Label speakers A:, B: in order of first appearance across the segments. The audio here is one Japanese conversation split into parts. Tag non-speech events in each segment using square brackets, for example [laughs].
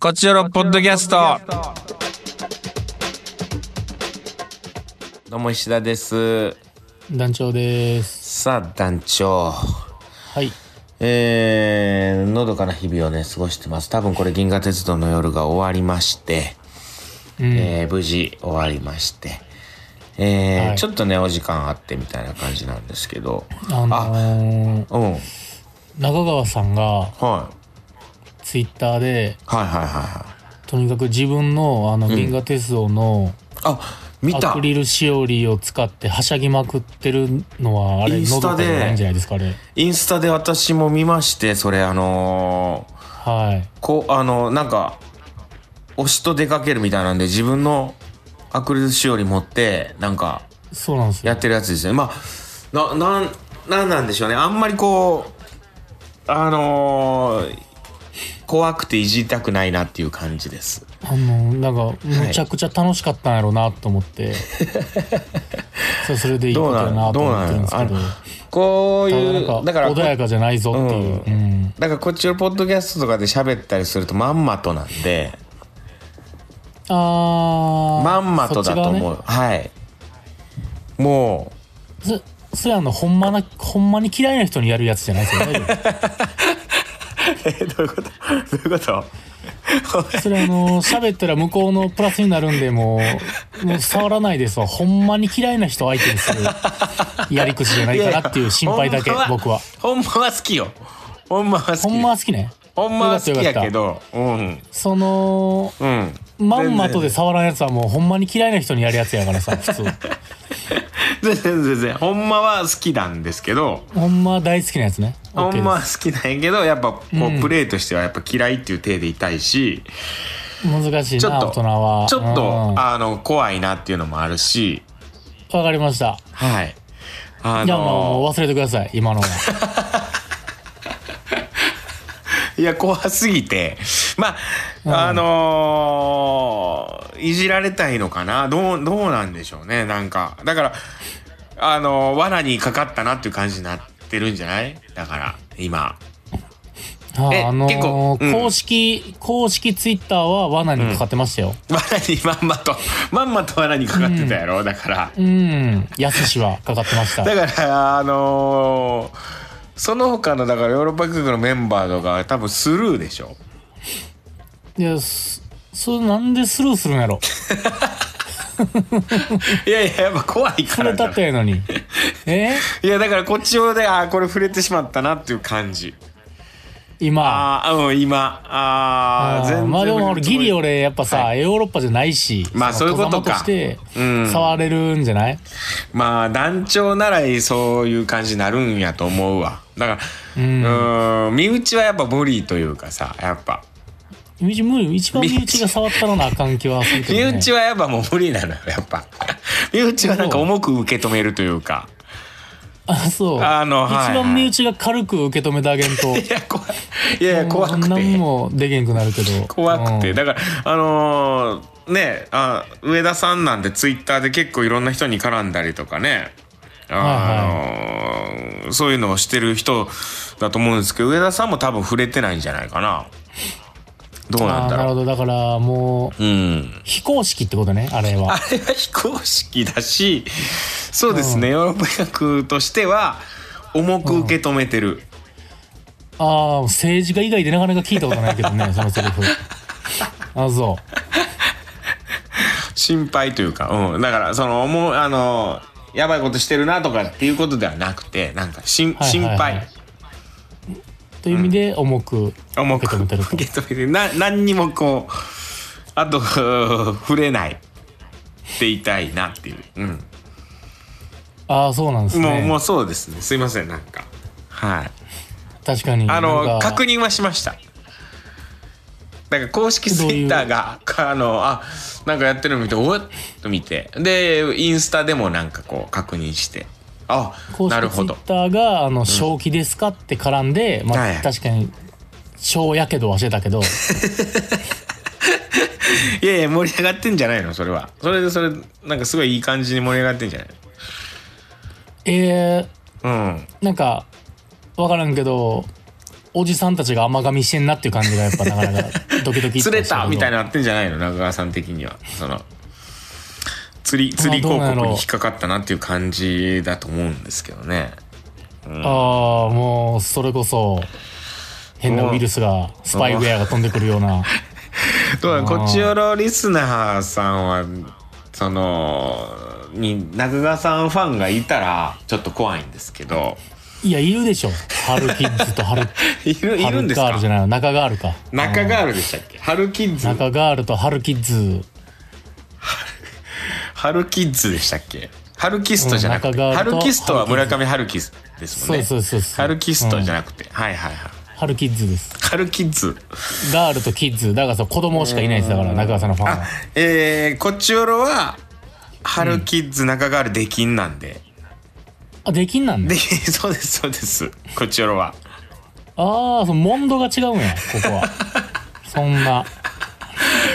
A: こちらのポッドキャスト。どうも石田です。
B: 団長です。
A: さあ団長、
B: はい。
A: えー、のどかな日々をね過ごしてます。多分これ銀河鉄道の夜が終わりまして、
B: うん。
A: えー無事終わりまして、えー
B: はい
A: ちょっとねお時間あってみたいな感じなんですけど、
B: あのー、
A: うん、はい、
B: 中川さんが
A: はい
B: ツイッターで、
A: はいはいはい。
B: とにかく自分のあの銀河鉄道の
A: あ、見
B: ア
A: た
B: ク。リルしおりを使ってはしゃぎまくってるのは、あ
A: イ
B: れ、
A: ンス
B: 喉
A: タ
B: か
A: で
B: じゃないんじゃないですか、あれ。
A: インスタで私も見まして、それあのー、
B: はい。
A: こうあのなんか推しと出かけるみたいなんで自分のアクリルしおり持ってなんか
B: そうなんです
A: や
B: よ
A: っ。てるやつですねまあななんなんなんでしょうねあんまりこうあのー怖くていじりたくないなっていう感じです
B: あの、なんか、むちゃくちゃ楽しかったんやろうなと思って。 [laughs] そうそれでいい
A: ど
B: こ
A: う
B: と
A: な
B: やな
A: の
B: と
A: どう
B: 思っ
A: な
B: てるんで
A: の
B: す
A: あ
B: け
A: の
B: ど。
A: こう
B: ただないんか
A: うだからこ
B: 穏やかじゃないぞっていう。
A: う
B: うん。
A: だからこっちのポッドキャストとかで喋ったりするとまんまとなんで
B: あー。
A: まんまとだと
B: そっち側ね
A: 思う、はいもう
B: そそれあのほんまなほんまに嫌いな人にやるやつじゃないですよ
A: [laughs]
B: ね
A: え [laughs] どういうことどういうこと
B: それあの喋ったら向こうのプラスになるんでもうもう触らないですわほんまに嫌いな人相手にするやり口じゃないかなっていう心配だけ
A: いやいや
B: 僕は
A: ほんまは好きよほんまは好き
B: ほんまは好きね
A: ほんまは好きやけどうん
B: その
A: うん
B: まんまとで触らんやつはもうほんまに嫌いな人にやるやつやからさ普通
A: 全然全然ほんまは好きなんですけど
B: ほんまは大好きなやつね
A: ほ
B: OK
A: ん
B: で
A: まは好きなんやけどやっぱこう、
B: うん
A: プレーとしてはやっぱ嫌いっていう体でいたいし
B: す難しい
A: ちょっ
B: な
A: と
B: 大人は
A: ちょっと、
B: うん
A: あの怖いなっていうのもあるし
B: わかりました
A: はいあ
B: じゃあもう
A: の
B: もう忘れてください今のは
A: いや怖すぎてまあ、あのーいじられたいのかなどうどうなんでしょうねなんかだからあのー罠にかかったなっていう感じになってるんじゃないだから今
B: あ
A: え
B: ーあのー
A: 結構うん
B: 公式、公式ツイッターは罠にかかってましたよ。
A: 罠に [laughs] まんまとまんまと罠にかかってたやろ、だから
B: うん。やすしはかかってました。
A: だからあのーその他のだからヨーロッパ局のメンバーとかは多分スルーでしょ
B: いや、そ、それなんでスルーするん
A: [laughs]
B: やろ。
A: いやいややっぱ怖いから
B: 触れ
A: じゃ
B: た
A: な
B: っ
A: い
B: てやのに。え
A: いやだからこっちをであーこれ触れてしまったなっていう感じ
B: 今。
A: ああうん今ああ
B: あ
A: 全
B: ー
A: 然
B: まあでも俺ギリ俺やっぱさ、
A: は
B: ヨーロッパじゃないし
A: まあ
B: の
A: そういうことか
B: 小玉と
A: うん
B: して触れるんじゃない、
A: まあ団長ならそういう感じになるんやと思うわだからう
B: うん
A: ーん身内はやっぱ無理というかさやっぱ
B: 身内無理一番身内が触ったらなあかん気はするけど、
A: 身
B: ね、
A: 内はやっぱもう無理なのよやっぱ身内はなんか重く受け止めるというか
B: あそう
A: あのはい
B: 一番身内が軽く受け止めてあげんと
A: いや怖いいやいや [laughs] 怖くて
B: 何もできんくなるけど
A: 怖くて
B: うん
A: だからあのーねあ上田さんなんてツイッターで結構いろんな人に絡んだりとかねあのーそういうのをしてる人だと思うんですけど上田さんも多分触れてないんじゃないかなどうな
B: あ
A: ん
B: あ
A: だ
B: なる
A: ろ
B: ほ
A: う
B: どだからもう
A: うん
B: 非公式ってことねあれ
A: あ
B: は
A: れは非公式だしそうですね、ヨーロッパ役としては重く受け止めてる、
B: ああ政治家以外でなかなか聞いたことないけ
A: [laughs]
B: どねそのセリフあそ
A: 心配というか、うん、だからその思うあのやばいことしてるなとかっていうことではなくてなんかしん
B: はいはい
A: 心
B: はい
A: 配
B: うという意味で重く
A: 重
B: 受
A: く
B: け止めてると
A: 受け止めてな何にもこうあと [laughs] 触れないっていたいなっていう、うん
B: ああそうなんです
A: もうも
B: ね
A: うそうですねすいませんなんかはい
B: 確かに
A: あ
B: な
A: の
B: んか
A: 確認はしましただから公式ツイッターがあのあなんかやってるの見ておっと見てでインスタでもなんかこう確認してあ
B: 公
A: なる
B: 式ツ
A: ほ
B: イッ
A: ど
B: ターが「あの正気ですか?」って絡んで、まあ
A: はい
B: 確かに小やけどはしてたけど
A: いやいや盛り上がってんじゃないのそれはそれでそれなんかすごいいい感じに盛り上がってんじゃない
B: え
A: うん
B: ー、なんか分からんけどおじさんたちが甘噛みしてんなっていう感じがやっぱなかなかドキドキって
A: [laughs] 釣れたみたい
B: な
A: なのあってんじゃないの中川さん的にはその釣り釣り
B: あどう
A: 広
B: なんやろ
A: 告に引っかかったなっていう感じだと思うんですけどね
B: ああもうそれこそ変なウイルスがスパイウェアが飛んでくるような
A: [laughs] どうだ
B: あー
A: こっちよろリスナーさんはそのに中川さんファンがいたらちょっと怖いんですけど
B: いやいるでしょハルキッズとハル
A: [laughs] いるい
B: ハ
A: るん
B: ル
A: です
B: ガール
A: か
B: じゃないの中ガールか
A: 中ガールでしたっけハルキッズ
B: 中ガールとハルキッズ
A: ハルキッズでしたっけハルキストじゃなく
B: うん
A: て、
B: 中川
A: ハ
B: と
A: ルキストは村上春樹ですもんね
B: そうそうそうそう
A: ハルキストじゃなくて、はいはいはい
B: ハルキッズです
A: ハルキッズ
B: ガールとキッズだからさ子供しかいないですだから中川さんのファン
A: あ
B: は
A: えー、こっちよろはハルキッズ中川できんなんで、
B: あできんなん
A: で
B: だ
A: そうですそうですこっちよろは
B: ああそのモンドが違うんやこ
A: [laughs]
B: こはそんな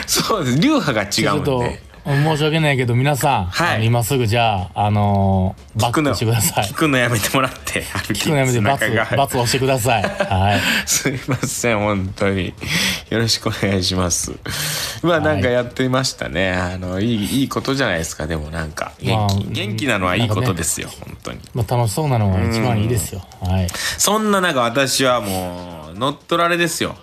A: そうです流派が
B: ち
A: 違
B: ょ
A: うん
B: っと
A: で
B: 申し訳ないけど皆さん、
A: はい
B: あの今すぐじゃああのーバ
A: 聞
B: ッ
A: くの
B: クしてください
A: 聞くのやめてもらってハル
B: 聞
A: キ
B: くのや
A: ッ
B: め
A: ズ
B: て
A: 中
B: 罰
A: 川
B: 罰を押してくださいはい
A: すいません本当によろしくお願いしますまあ
B: はい
A: なんかやってましたね、い、あのいいいいことじゃないですかでもなんか元気,、
B: まあ
A: 元気なのはいいことですよ、本当に
B: まあ楽しそうなのが一番いいですよはい
A: そんな中私はもう乗っ取られですよ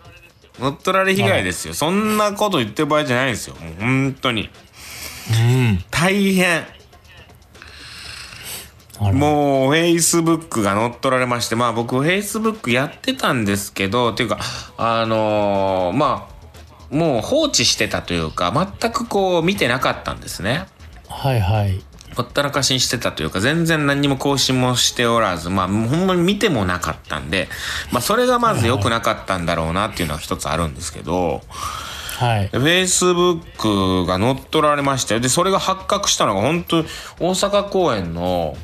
A: 乗っ取られ被害ですよ、そんなこと言ってる場合じゃないですよもう本当に
B: うん
A: 大変
B: あら
A: もう、フェイスブックが乗っ取られまして、まあ僕、フェイスブックやってたんですけど、っていうか、あのーまあ、もう放置してたというか、全くこう見てなかったんですね。
B: はいはい
A: ほったらかしにしてたというか、全然何にも更新もしておらず、まあ、ほんまに見てもなかったんで、まあ、それがまず良くなかったんだろうなっていうのは一つあるんですけど、
B: はい
A: フェイスブックが乗っ取られましてでそれが発覚したのが本当に大阪公演の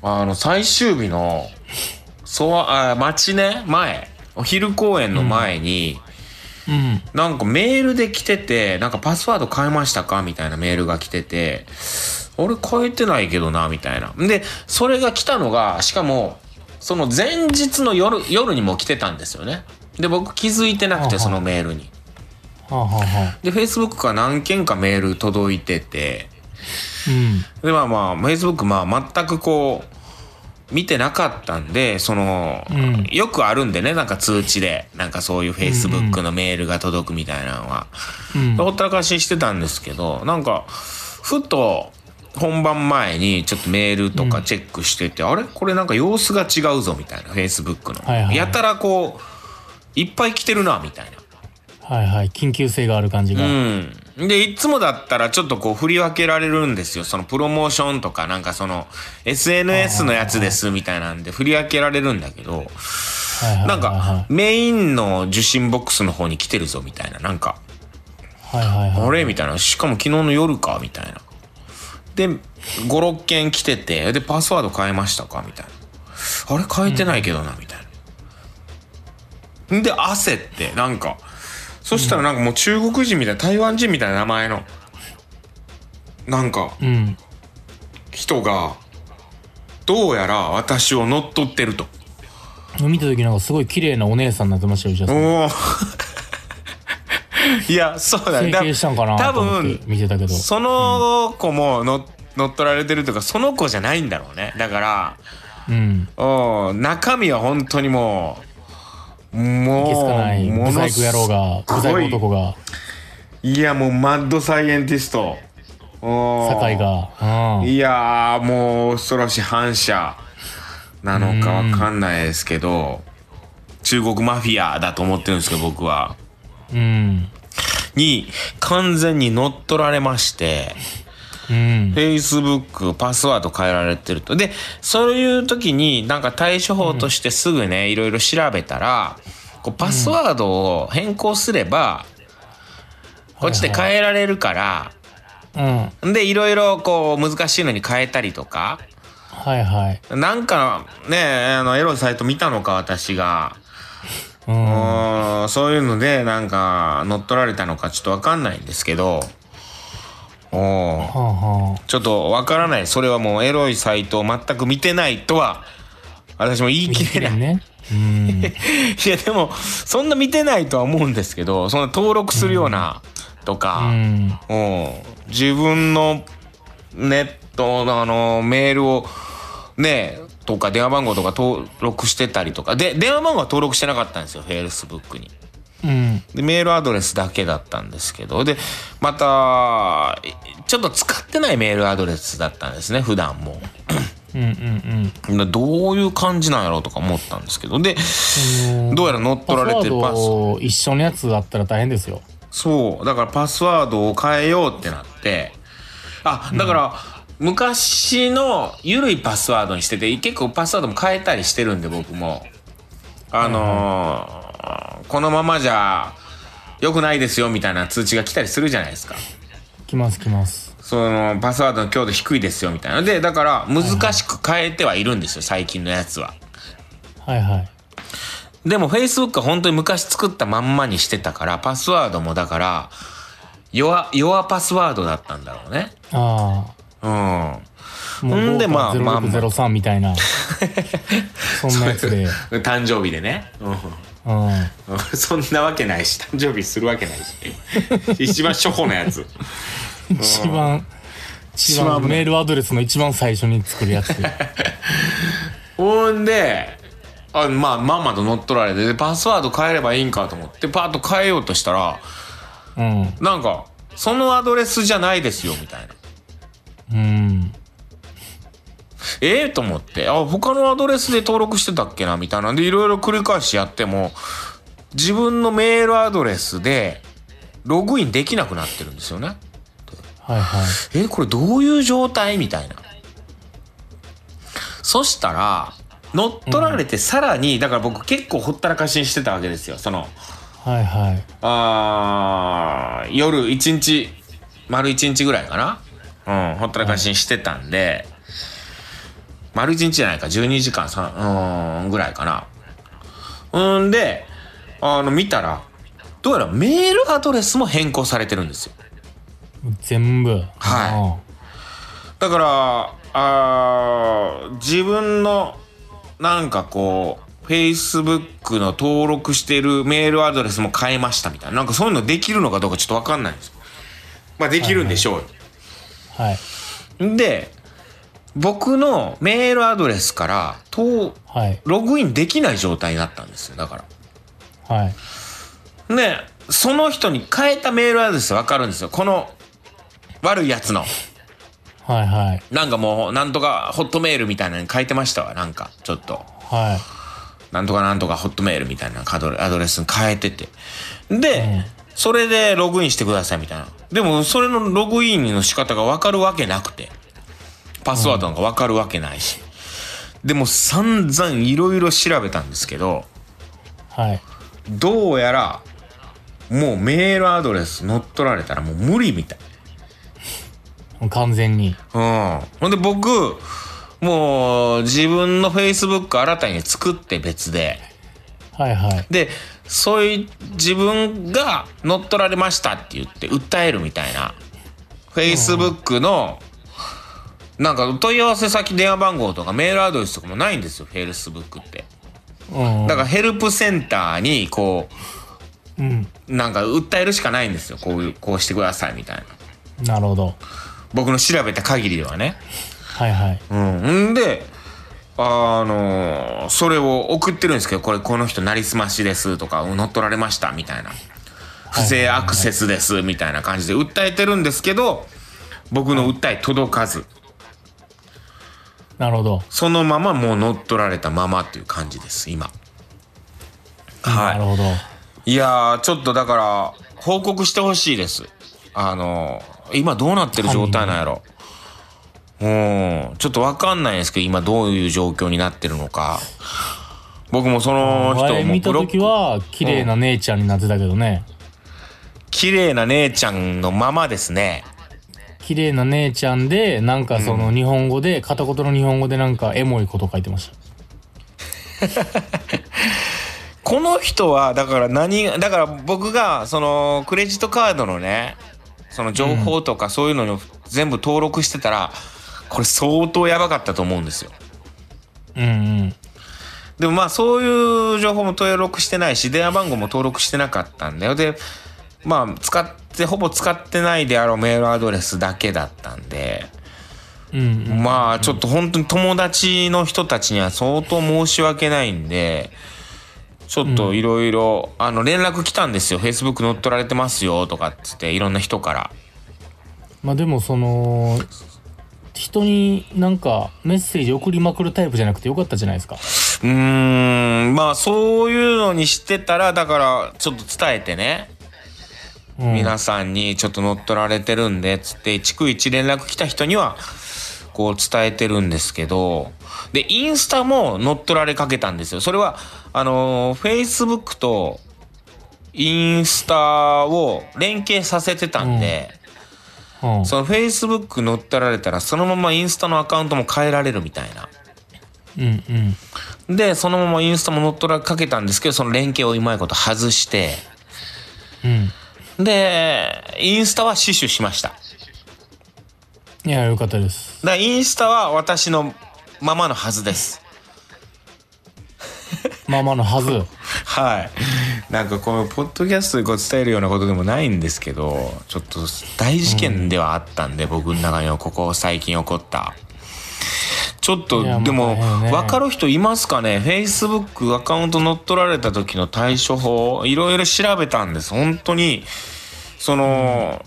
A: あの最終日のそうあ待ちね前お昼公演の前に、
B: うん
A: なんかメールで来ててなんかパスワード変えましたかみたいなメールが来てて俺変えてないけどなみたいなでそれが来たのがしかもその前日の夜夜にも来てたんですよねで僕気づいてなく
B: はあ
A: て
B: はあ
A: そのメールに。
B: はあはあはあ
A: で、Facebook から何件かメール届いてて、
B: うん
A: で、まあまあ、Facebook、まあ、全くこう、見てなかったんで、その、
B: うん
A: よくあるんでね、なんか通知で、なんかそういう Facebook のメールが届くみたいなのは。
B: うん
A: でほったらかししてたんですけど、なんか、ふと、本番前にちょっとメールとかチェックしてて、あれこれなんか様子が違うぞみたいな、Facebook の。
B: はいはい
A: やたらこう、いっぱい来てるな、みたいな。
B: はいはい緊急性がある感じ
A: う
B: が、
A: ん。で、いつもだったらちょっとこう振り分けられるんですよ。そのプロモーションとかなんかその SNS のやつですみたいなんで振り分けられるんだけど、
B: はいはいはいはい
A: なんかメインの受信ボックスの方に来てるぞみたいな。なんか、
B: はいはいはい
A: あれみたいな。しかも昨日の夜かみたいな。で、5、6件来てて、で、パスワード変えましたかみたいな。あれ変えてないけどな、みたいな。んで、焦って、なんか。そしたらなんかもう中国人みたいな、台湾人みたいな名前の、なんか、
B: うん
A: 人が、どうやら私を乗っ取ってると。
B: 見た時なんかすごい綺麗なお姉さんになってましたよ石田さん
A: おお。 [laughs] いや、そうだ
B: 整
A: ね。
B: 形したんかな
A: 多
B: と思っ
A: 分
B: て、見てたけど
A: その子もの乗っ取られてるというかその子じゃないんだろうねだか
B: うん
A: らうん中身は本当にもうも
B: いけつかな
A: う
B: いブ
A: も
B: サ
A: の
B: イク
A: す
B: 野郎がブサイク男が
A: いやもうマッドサイエンティスト
B: 酒
A: 酒
B: 井がうん
A: いやーもう恐ろしい反射なのかわかんないですけど中国マフィアだと思ってるんですけど僕は
B: うん
A: に完全に乗っ取られまして
B: うん
A: Facebook パスワード変えられてると。で、そういう時になんか対処法としてすぐね、いろいろ調べたら、こうパスワードを変更すれば、こっちで変えられるから、
B: うん
A: で、いろいろこう難しいのに変えたりとか、
B: はいはい
A: なんかね、あの、エロいサイト見たのか私が。
B: う
A: う
B: ん
A: んそういうのでなんか乗っ取られたのかちょっとわかんないんですけど、おー
B: はあは
A: ちょっとわからない。それはもうエロいサイトを全く見てないとは、私も言い
B: あ見
A: 切れ
B: れ
A: ない。
B: んねうん。
A: [laughs] いやでもそんな見てないとは思うんですけどそんな登録するようなと
B: う
A: か、
B: ん。
A: うん自分のネットのあのメールをねとか電話番号とか登録してたりとかで電話番号は登録してなかったんですよフェイスブックに。
B: うん。
A: でメールアドレスだけだったんですけどでまたちょっと使ってないメールアドレスだったんですね普段も。
B: うん。うん。
A: どういう感じなんやろうとか思ったんですけどで
B: うん。
A: どうやら乗っ
B: パ
A: 取
B: ス
A: られ
B: ワ
A: て
B: ー
A: る
B: ド
A: パス
B: を一緒のやつだったら大変ですよ。
A: そうだからパスワードを変えようってなってあだから、昔の緩いパスワードにしてて結構パスワードも変えたりしてるんで僕もあのーこのままじゃ良くないですよみたいな通知が来たりするじゃないですか
B: 来ます来ます。
A: そのパスワードの強度低いですよみたいなでだから難しく変えてはいるんですよ最近のやつは
B: はいはい。
A: でも Facebook は本当に昔作ったまんまにしてたから、パスワードもだから、弱、弱パスワードだったんだろうね。
B: あ
A: う
B: あ。も
A: ん
B: う
A: でまあまあまあ
B: 0603みたいな。そんな
A: [laughs]
B: やつで。うん。
A: ん。誕生日でね。うん。 [laughs] そんなわけないし、誕生日するわけないし。一番初歩のやつ。
B: 一番、一
A: 一番
B: 番
A: 危ない
B: メールアドレスの一番最初に作るやつ。
A: ほんで、あまあ、まんまと乗っ取られて、で、パスワード変えればいいんかと思って、パーッと変えようとしたら、
B: うん。
A: なんか、そのアドレスじゃないですよ、みたいな。
B: うん。
A: ええと思って、あ、他のアドレスで登録してたっけな、みたいなんで、いろいろ繰り返しやっても、自分のメールアドレスで、ログインできなくなってるんですよね。
B: はいはい。
A: え、これどういう状態みたいな。そしたら、乗っ取られてさらに、だから僕結構ほったらかしにしてたわけですよ。その、
B: はいはい。
A: あー夜1日丸1日ぐらいかな、うん、ほったらかしにしてたんで、丸1日じゃないか12時間3うんぐらいかなうんであの見たらどうやらメールアドレスも変更されてるんですよ
B: 全部。
A: はだからあー自分のなんかこう Facebook の登録してるメールアドレスも変えましたみたいななんかそういうのできるのかどうかちょっと分かんないんですよまあできるんでしょうよ、
B: うん。はい。
A: で僕のメールアドレスからと
B: はい。
A: ログインできない状態になったんですよだか
B: はい。
A: らねその人に変えたメールアドレス分かるんですよこの悪いやつの
B: はいはい。
A: なんかもうなんとかホットメールみたいなのに変えてましたわなんかちょっと
B: はい。
A: なんとかなんとかホットメールみたいなカドレアドレスに変えてて。で、それでログインしてくださいみたいな。でも、それのログインの仕方がわかるわけなくて。パスワードなんかわかるわけないし。でも、散々いろいろ調べたんですけど、
B: はい。
A: どうやら、もうメールアドレス乗っ取られたらもう無理みたい。
B: もう完全に。
A: うん。ほんで僕、もう自分の Facebook 新たに作って別で、
B: はいはい。
A: でそういう自分が乗っ取られましたって言って訴えるみたいな Facebook のなんか問い合わせ先電話番号とかメールアドレスとかもないんですよ Facebook って
B: うん。
A: だからヘルプセンターにこ
B: うん。
A: うなんか訴えるしかないんですよこういうこうしてくださいみたいな
B: なるほど。
A: 僕の調べた限りではね
B: はいはい。
A: うんんであのそれを送ってるんですけどこれこの人なりすましですとか乗っ取られましたみたいな不正アクセスですみたいな感じで訴えてるんですけど僕の訴え届かず
B: なるほど。
A: そのままもう乗っ取られたままっていう感じです今
B: なる
A: は
B: ほど。
A: いいやーちょっとだから報告してほしいですあのー今どうなってる状態なんやろうんちょっとわかんないですけど今どういう状況になってるのか僕もその
B: あ
A: 人
B: れ
A: も
B: 見た
A: ブロッ
B: 時
A: ク
B: は、綺麗な姉ちゃんになってたけどね。
A: 綺麗な姉ちゃんのままですね
B: 綺麗な姉ちゃんで、なんかその日本語で、片言の日本語でなんかエモいこと書いてました。
A: この人はだから何がだから僕がそのクレジットカードのねその情報とかそういうのに全部登録してたら、これ相当やばかったと思うんですよ
B: うんうん。
A: でもまあそういう情報も登録してないし電話番号も登録してなかったんだよでまあ使ってほぼ使ってないであろうメールアドレスだけだったんで
B: うんうん
A: まあちょっと本当に友達の人たちには相当申し訳ないんでちょっといろいろあの連絡来たんですよ「Facebook 乗っ取られてますよ」とかっつっていろんな人から。
B: まあでもその人になんかメッセージ送りまくるタイプじゃなくてよかったじゃないですか
A: うーんまあそういうのにしてたらだからちょっと伝えてね、
B: うん
A: 皆さんにちょっと乗っ取られてるんでつって逐一連絡来た人にはこう伝えてるんですけどでインスタも乗っ取られかけたんですよそれはあのフェイスブックとインスタを連携させてたんで、
B: うん
A: そのフェイスブック乗っ取られたらそのままインスタのアカウントも変えられるみたいな。
B: うんうん
A: でそのままインスタも乗っ取らかけたんですけどその連携をうまいこと外して
B: うん
A: でインスタは死守しましただか
B: いやよかったです
A: らインスタは私のままのはずです
B: まあまあのはず
A: はいなんかこのポッドキャストでこう伝えるようなことでもないんですけどちょっと大事件ではあったんで、僕の中にはここ最近起こったちょっと
B: いやもう
A: でも
B: 大変ね
A: 分かる人いますかね Facebook アカウント乗っ取られた時の対処法いろいろ調べたんです本当にその、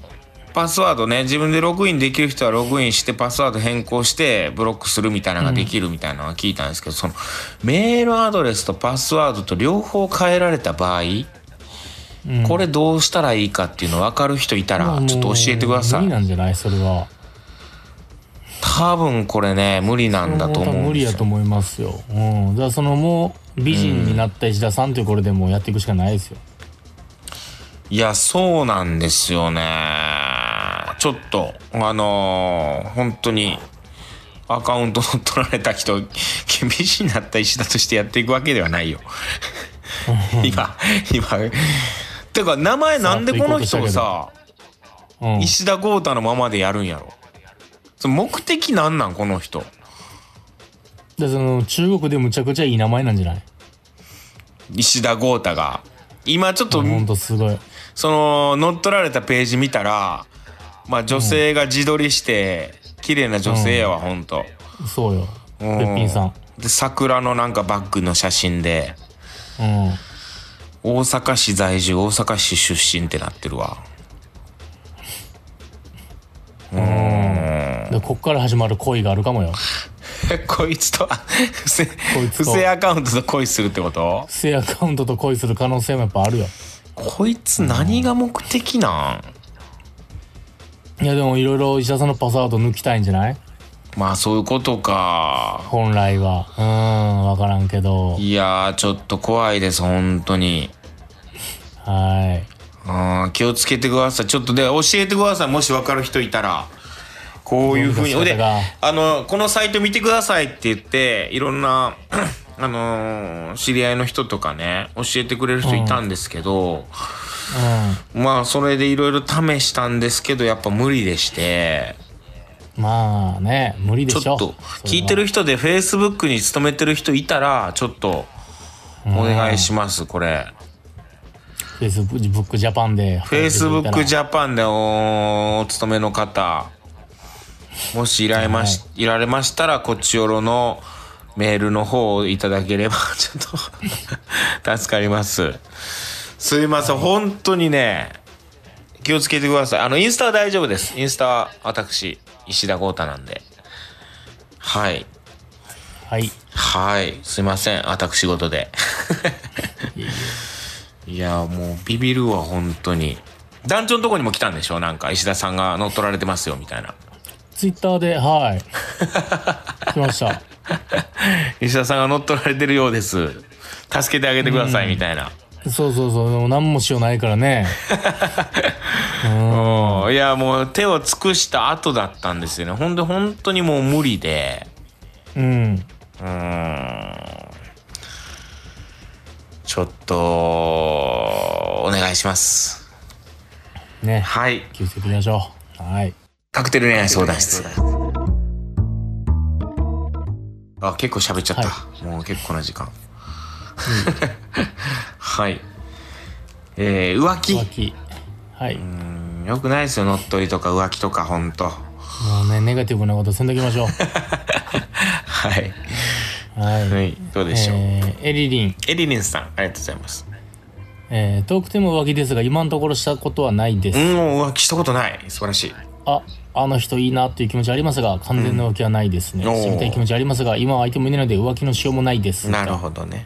A: パスワードね自分でログインできる人はログインしてパスワード変更してブロックするみたいなのができるみたいなのは聞いたんですけど、そのメールアドレスとパスワードと両方変えられた場合、
B: うん
A: これどうしたらいいかっていうの分かる人いた
B: まあ
A: ら
B: もう
A: ちょっと教えてください
B: 無理なんじゃないそれは
A: 多分これね無理なんだと思
B: も
A: うん
B: 無
A: で
B: 理
A: すよ
B: やと思いますようんだからそのもう美人になった石田さんってこれでもうやっていくしかないですよ
A: いや、そうなんですよね。ちょっと、あのー本当に、アカウントの取られた人、 [laughs] 厳しいなった石田としてやっていくわけではないよ。 [laughs] 今、今。てか、名前なんでこの人をさ、
B: うん
A: 石田豪太のままでやるんやろ。その目的なんなんこの人。
B: でその中国でむちゃくちゃいい名前なんじゃない
A: 石田豪太が。今ちょっと、
B: ほんとすごい
A: その乗っ取られたページ見たら、まあ、女性が自撮りして、綺麗な女性やわ、ほんと。
B: そうよべっぴんさん
A: で桜のなんかバッグの写真で
B: うん
A: 大阪市在住大阪市出身ってなってるわ
B: でこっから始まる恋があるかもよ
A: え [laughs] こいつとあ不正
B: こいつと
A: 不正アカウントと恋するってこと
B: 不正アカウントと恋する可能性もやっぱあるよ
A: こいつ何が目的なん
B: いやでもいろいろ石田さんのパスワード抜きたいんじゃない
A: まあそういうことか
B: 本来はうんわからんけど
A: いやーちょっと怖いです本当に
B: はい
A: あー気をつけてくださいちょっとで教えてくださいもし分かる人いたらこういうふうに
B: どう
A: お
B: い
A: で
B: う方が
A: あのこのサイト見てくださいって言っていろんな [clears throat] あのー知り合いの人とかね教えてくれる人いたんですけど、まあそれでいろいろ試したんですけどやっぱ無理でして
B: うんまあね無理でしょ
A: ちょっと聞いてる人で Facebook に勤めてる人いたらちょっとお願いしますこれ。
B: フェイスブックジャパンで。フ
A: Facebook ジ
B: ャ
A: ャパンでおお勤めの方もしいられまし、い、られましたらこっちよろのメールの方をいただければ [laughs] ちょっと助かりますすいません本当にね気をつけてくださいあのインスタは大丈夫ですインスタは私石田豪太なんではい
B: はい。
A: はいすいません私事でいやもうビビるわ本当に団長のとこにも来たんでしょなんか石田さんが乗っ取られてますよみたい [laughs] な
B: ツイッターで、はい。
A: [laughs]
B: 来ました。
A: 石田さんが乗っ取られてるようです助けてあげてくださいみたいな
B: そうそうそう。でも何もしようないからね。
A: うんいやもう手を尽くした後だったんですよねほんで本当にもう無理で
B: うん。
A: うーんちょっとお願いします
B: ね。
A: はい
B: 気をつけていきましょう。はい。
A: カクテル恋愛相談室。あ、結構喋っちゃった。もう結構な時間。 [laughs] はい。えー、浮気。
B: 浮気はいう
A: ーん、よくないですよ、乗っ取りとか浮気とか、ほんと。
B: もうねネガティブなことせんときましょ
A: [laughs] はい。
B: うはい、
A: はい、どうでしょう。
B: えーエリリン、
A: エリリンさん、ありがとうございます。
B: えー、遠くても浮気ですが今のところしたことはないです、
A: うん、もう浮気したことない。素晴らしい。
B: ああの人いいなという気持ちはありますが完全な浮気はないですね、
A: うんおー
B: してみたい気持ちはありますが今は相手もいないので浮気のしようもないです
A: なるほどね。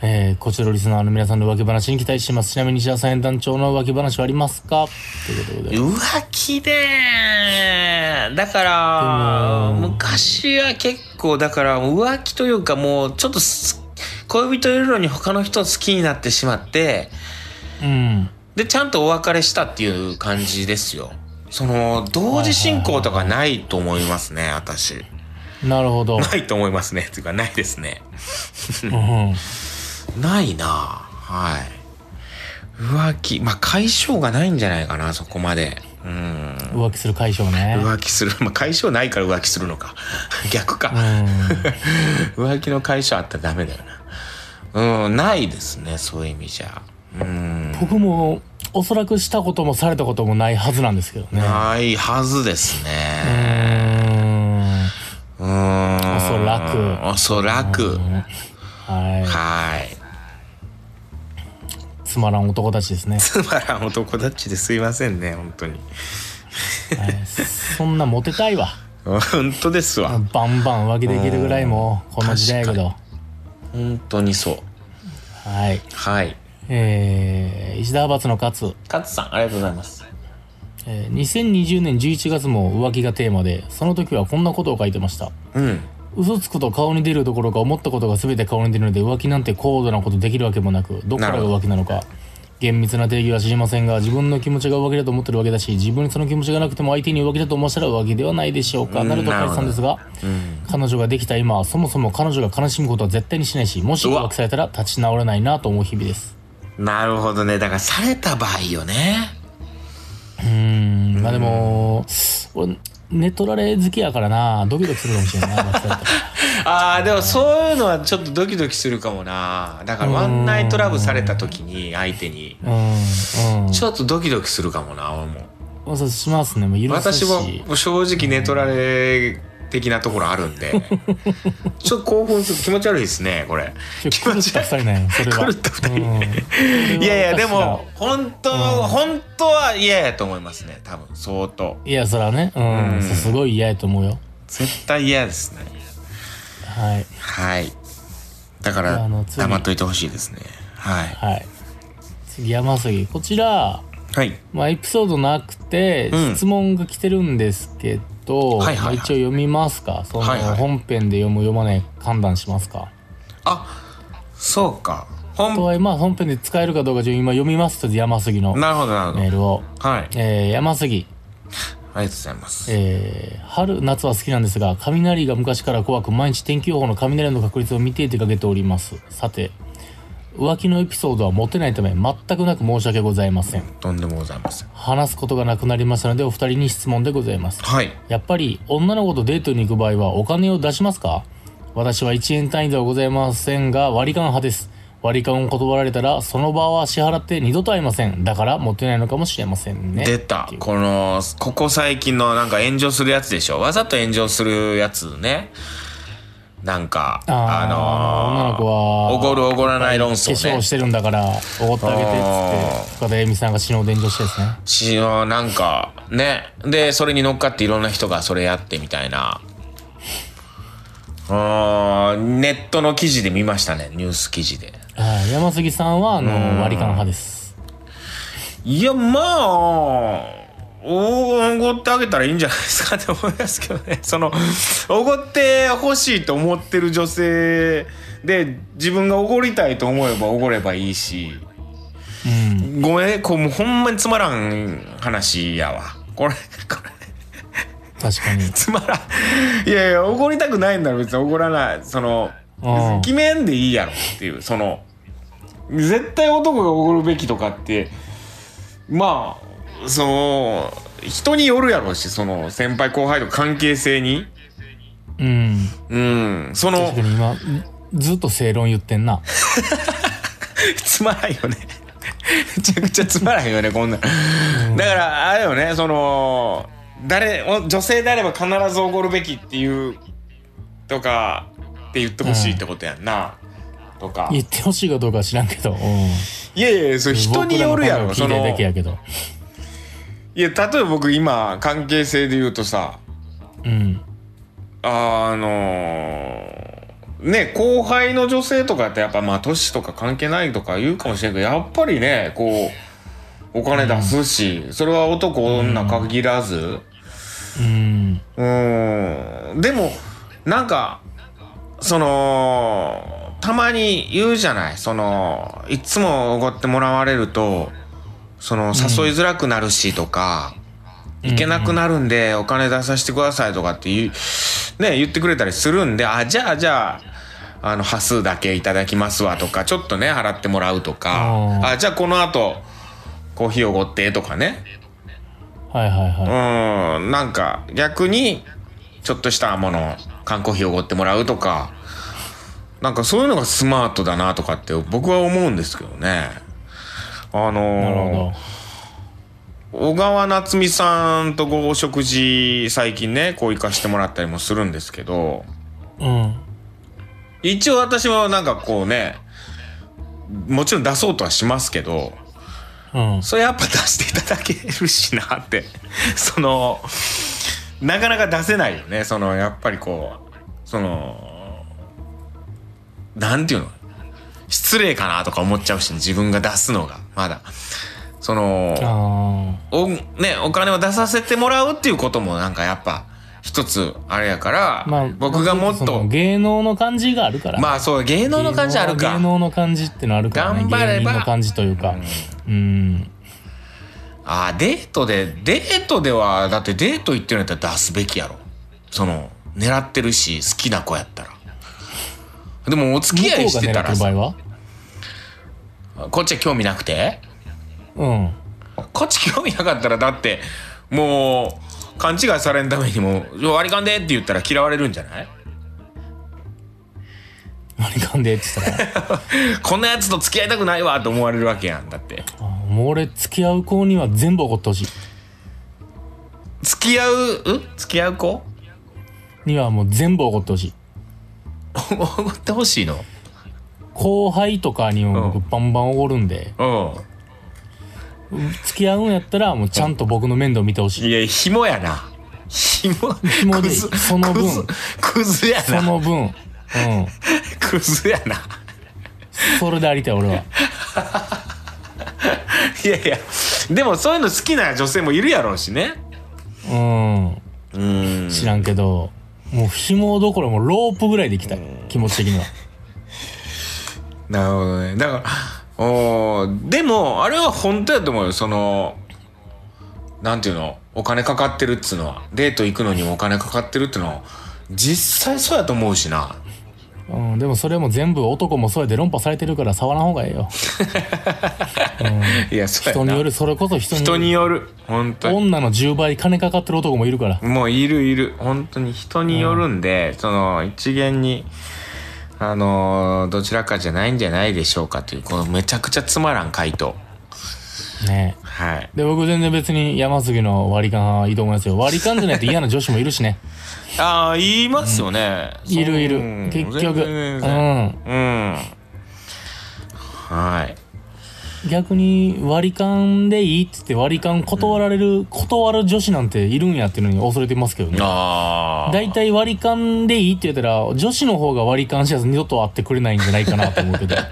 B: えーこちらのリスナーの皆さんの浮気話に期待していますちなみに石田さん演団長の浮気話はありますかということで
A: 浮気でだから
B: でも
A: 昔は結構だから浮気というかもうちょっとす恋人いるのに他の人を好きになってしまって
B: うん
A: でちゃんとお別れしたっていう感じですよその同時進行とかないと思いますね私
B: なるほど、
A: ないと思いますねっていうかないですね
B: うん、
A: ないなはい浮気まあ解消がないんじゃないかなそこまでうん
B: 浮気する解消ね
A: 浮気する、まあ、解消ないから浮気するのか逆か、
B: う
A: 浮気の解消あったらダメだよなうんないですねそういう意味じゃうん
B: ん、僕もおそらくしたこともされたこともないはずなんですけどね
A: ないはずです
B: う
A: ね
B: ーん
A: うんお
B: そらく
A: おそらく
B: は
A: はい
B: いつまらん男たちですね
A: つまらん男たちですいませんね本当に
B: はいそんなモテたいわ
A: 本当ですわ
B: バンバン浮気できるぐらいもうこの時代やけど
A: 本当にそう
B: はい
A: はい
B: えー、石田派閥の勝
A: 勝さんありがとうございます
B: えー2020年11月も浮気がテーマでその時はこんなことを書いてました
A: うん
B: 嘘つくと顔に出るどころか思ったことが全て顔に出るので浮気なんて高度なことできるわけもなくどこからが浮気なのか厳密な定義は知りませんが自分の気持ちが浮気だと思ってるわけだし自分にその気持ちがなくても相手に浮気だと思わせたら浮気ではないでしょうか
A: うん
B: なると返さんですが、彼女ができた今はそもそも彼女が悲しむことは絶対にしないしもし
A: うわ
B: 浮気されたら立ち直れないなと思う日々です
A: なるほどねだからされた場合よね
B: うーんまあでも俺寝取られ好きやからなドキドキするかもしれないな [laughs] 浮気されたら
A: あーでもそういうのはちょっとドキドキするかもなだからワンナイトラブされた時に相手に
B: うんうん
A: ちょっとドキドキするかもな俺も
B: お察しますねもう許すし
A: 私も正直寝取られ的なところあるん
B: [laughs]
A: でちょっと興奮する気持ち悪いですねこれ
B: ちょ狂った二人なんやそれは
A: 狂った二人
B: うん
A: いやいやで
B: それはお
A: も
B: か
A: 本当本当は嫌やと思いますね多分相当
B: しないやそれはねうん、
A: うん
B: すごい嫌やと思うよ
A: 絶対嫌ですね
B: はい
A: はいだか
B: あ
A: ら
B: の次
A: 黙っといてほしいですねはい
B: はい次山杉こちら
A: はい
B: まあエピソードなくて
A: うん
B: 質問が来てるんですけど、
A: はいはいはい
B: まあ一応読みますかその
A: はいはい
B: 本編で読む読まない判断しますか
A: あそうか
B: あと
A: 本
B: はまあ本編で使えるかどうかちょっと今読みますと山杉のメ
A: なるほどなるほど
B: ールを、
A: はい。ありが
B: えー山杉
A: とうございます。
B: えー春夏は好きなんですが雷が昔から怖く毎日天気予報の雷の確率を見て出かけておりますさて浮気のエピソードは持てないため全くなく申し訳ございません
A: とんでもございません。
B: 話すことがなくなりましたのでお二人に質問でございます
A: はい。
B: やっぱり女の子とデートに行く場合はお金を出しますか私は1円単位ではございませんが割り勘派です割り勘を断られたらその場は支払って二度と会いませんだから持ってないのかもしれませんね
A: 出た。この、ここ最近のなんか炎上するやつでしょ。わざと炎上するやつね。なんか、あ
B: あの女の子
A: の
B: は
A: おごるおごらない論争
B: 化粧
A: ね。
B: してるんだからおごってあげてっつって深田恵美さんが死のう伝承してですね
A: しのなんか、ね。で、それに乗っかっていろんな人がそれやってみたいな。うーんネットの記事で見ましたね。ニュース記事で。
B: はい山杉さんはあの割り勘派です
A: いや、まあ、おごってあげたらいいんじゃないですかって思いますけどね。 [laughs] その、おごってほしいと思ってる女性で、自分がおごりたいと思えばおごればいいし、
B: うん
A: ごめん、こう、もうほんまにつまらん話やわ。これ、これ、
B: 確かに
A: つまらん。いやいや、おごりたくないんなら別におごらない。その
B: うん、
A: 決めんでいいやろっていう、その、絶対男がおごるべきとかって、まあ、その、人によるやろうし、その、先輩後輩と関係性に。
B: うん
A: うん、その
B: 確か、に今ずっと正論言ってんな。
A: つまらんよねめちゃくちゃつまらんよねこんなんだからあれよねその誰女性であれば必ずおごるべきっていうとかって言ってほしいってことやんな、とか
B: 言ってほしいかどうかは知らんけど。うん
A: いやいやそれ人によるやろ
B: 僕ら
A: そ
B: の声を聞
A: の
B: いてるだけやけど。
A: いや例えば僕今関係性で言うとさ
B: うん。
A: あのね後輩の女性とかってやっぱまあ年とか関係ないとか言うかもしれんけどやっぱりねこうお金出すし、それは男女限らず
B: うん。
A: うんでもなんかそのたまに言うじゃないそのいつもおごってもらわれるとその誘いづらくなるしとか、行けなくなるんでお金出させてくださいとかって言う、ね、言ってくれたりするんで、あ、じゃあじゃあ、あの、端数だけいただきますわとか、ちょっとね、払ってもらうとか
B: あ、ー
A: あ、じゃあこの後、コーヒーおごってとかね。
B: はいはいは
A: う
B: い。
A: ん、なんか逆に、ちょっとしたもの、缶コーヒーおごってもらうとか、なんかそういうのがスマートだなとかって僕は思うんですけどね。あのー
B: なるほど。
A: 小川夏美さんとごお食事最近ねこう行かしてもらったりもするんですけど
B: うん。
A: 一応私もなんかこうねもちろん出そうとはしますけど
B: うん。
A: それやっぱ出していただけるしなって [laughs] そのなかなか出せないよねそのやっぱりこうそのなんていうの失礼かなとか思っちゃうし自分が出すのがまだその
B: あ
A: お,、ね、お金を出させてもらうっていうこともなんかやっぱ一つあれやから、
B: あ。まあ、
A: 僕がもっ
B: その
A: と
B: 芸能の感じがあるから。
A: まあそう芸能の感じあるか
B: 芸能の感じってのあるからね。
A: 頑張れば
B: 芸人の感じというか。うん。
A: あーデートでデートではだってデート行ってるんやったら出すべきやろその狙ってるし好きな子やったらでもお付
B: 向
A: き合
B: こ
A: いう
B: が
A: してた
B: 狙
A: ら
B: ってる場
A: さ
B: 合は
A: こっちは興味なくて
B: うん。
A: こっち興味なかったらだってもう勘違いされんためにも「割り勘で」って言ったら嫌われるんじゃない
B: 割り勘でって言ったら。 [laughs]
A: こんなやつと付き合いたくないわと思われるわけやんだって
B: あもう俺付き合う子には全部怒ってほしい。
A: 付き合ううん付き合う子 [laughs]
B: にはもう全部怒ってほしい。
A: おごってほしいの
B: 後輩とかにも
A: うん
B: 僕バンバンおごるんで、
A: う
B: 付き合うんやったらもうちゃんと僕の面倒見てほ
A: ん
B: しい。
A: いや紐やな紐
B: 紐で
A: クズ
B: その分
A: クズクズや
B: そ
A: な
B: の分、うん。
A: クズやな
B: それでありたい俺は。
A: いやいやでもそういうの好きな女性もいるやろうしね
B: う
A: うん
B: ん。知らんけど、もう紐どころもロープぐらいで行きたい。気持ち的には。
A: なるほどねだからおーでもあれは本当やと思うよそのなんていうのお金かかってるっつうのはデート行くのにもお金かかってるってのは実際そうやと思うしな
B: うん、でもそれも全部男もそうやで論破されてるから触らん方がええよ。うん
A: いやそうや
B: 人
A: な
B: による、それこそ人によ
A: 人
B: る。
A: による本当に
B: 女の10倍金かかってる男もいるから。
A: もういるいる本当に人によるんで、その一元にあのーどちらかじゃないんじゃないでしょうかというこのめちゃくちゃつまらん回答
B: ねえ
A: はい
B: で、僕全然別に山杉の割り勘はいいと思いますよ。割り勘じゃないと嫌な女子もいるし
A: [laughs]
B: ね。
A: ああ言いますよね、
B: いるいる
A: う。ん
B: 結
A: 全
B: 局。う
A: 然全然
B: ん。
A: うんはい
B: 逆に割り勘でいいって言って割り勘断られる、断る女子なんているんやっていうのに恐れてますけどね。
A: あ
B: 大体割り勘でいいって言ったら、女子の方が割り勘しやす二度と会ってくれないんじゃないかなと思う
A: [laughs]
B: けど。
A: あ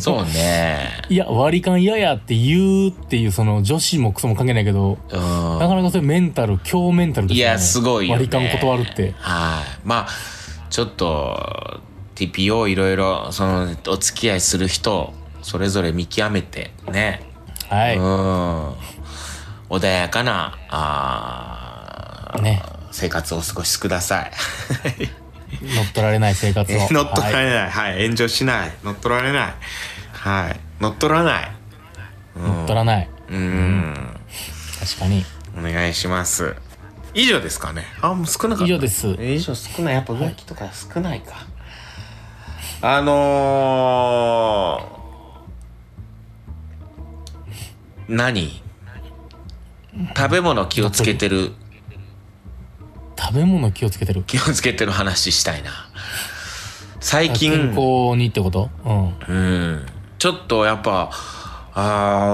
A: そうね
B: いや、割り勘嫌やって言うっていう、その女子もクソも関係ないけど、
A: うん
B: なかなかそれメンタル、強メンタルですよね。
A: いやすごいよね
B: 割り勘断るって。
A: はい。まあ、ちょっと、TPO いろいろ、その、お付き合いする人、それぞれ見極めて、ね。
B: はい。
A: うん。穏やかな、あー
B: ね。
A: 生活をお過ごしくだ [laughs] さい。
B: 乗っ取られない生活を。
A: [laughs] 乗っ取ら
B: はい
A: れない。はい、炎上しない。乗っ取られない。はい。乗っ取らない。
B: 乗っ取らない。
A: うん。
B: 確かに。
A: お願いします。以上ですかね。あ、もう少なかった。
B: 以上です
A: 以上少ない。やっぱ浮気とか少ないか。あのー、何食べ物気をつけてる
B: 食べ物気をつけてる
A: 気をつけてる話したいな最
B: 健
A: 近
B: 康にってことうん
A: うんちょっとやっぱあ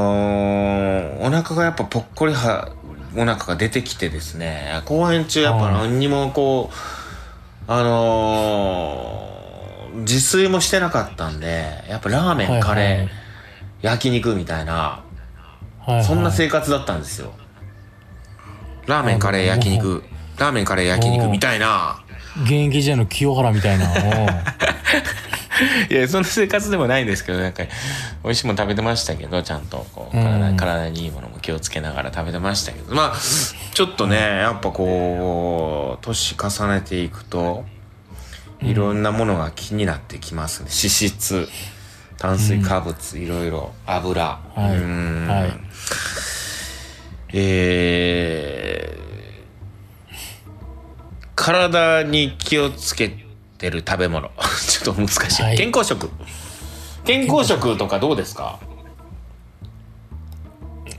A: ーお腹がやっぱぽっこりはお腹が出てきてですね公演中やっぱ何にもこうあのー自炊もしてなかったんでやっぱラーメン、
B: はいはい
A: カレー焼肉みたいな
B: はいはい
A: そんな生活だったんですよラーメンカレー焼肉ラーメンカレー焼肉みたいな
B: 現役時代の清原みた
A: [laughs]
B: いなう
A: いやそんな生活でもないんですけどなんか美味しいもの食べてましたけどちゃんとこう体,、
B: うん
A: 体にいいものも気をつけながら食べてましたけどまあちょっとねやっぱこう年重ねていくといろんなものが気になってきますね脂質炭水化物、いろいろ油、
B: はい
A: うん
B: はい
A: えー体に気をつけてる食べ物 [laughs] ちょっと難しい、
B: はい
A: 健康食健康食とかどうですか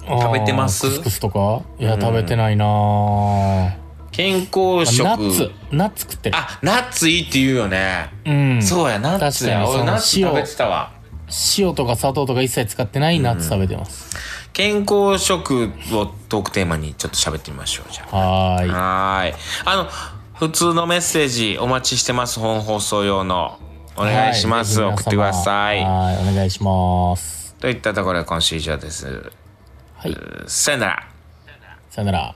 B: ん
A: 食べてます
B: あークスクスとかいや、
A: うん
B: 食べてないなあ
A: 健康食
B: ナッツナッツ食ってる
A: あナッツいいって言うよね、
B: うん
A: そうやナッツや
B: 確かに
A: 俺
B: その
A: ナッツ食べてたわ
B: 塩とか砂糖とか一切使ってないナッツ食べてます、
A: 健康食をトークテーマにちょっと喋ってみましょうじゃあ
B: はーい
A: はーい。あの、普通のメッセージお待ちしてます。本放送用の。お願いします。
B: は
A: 送ってください。
B: はいお願いします
A: といったところで今週以上です。
B: はい
A: さよなら。
B: さよなら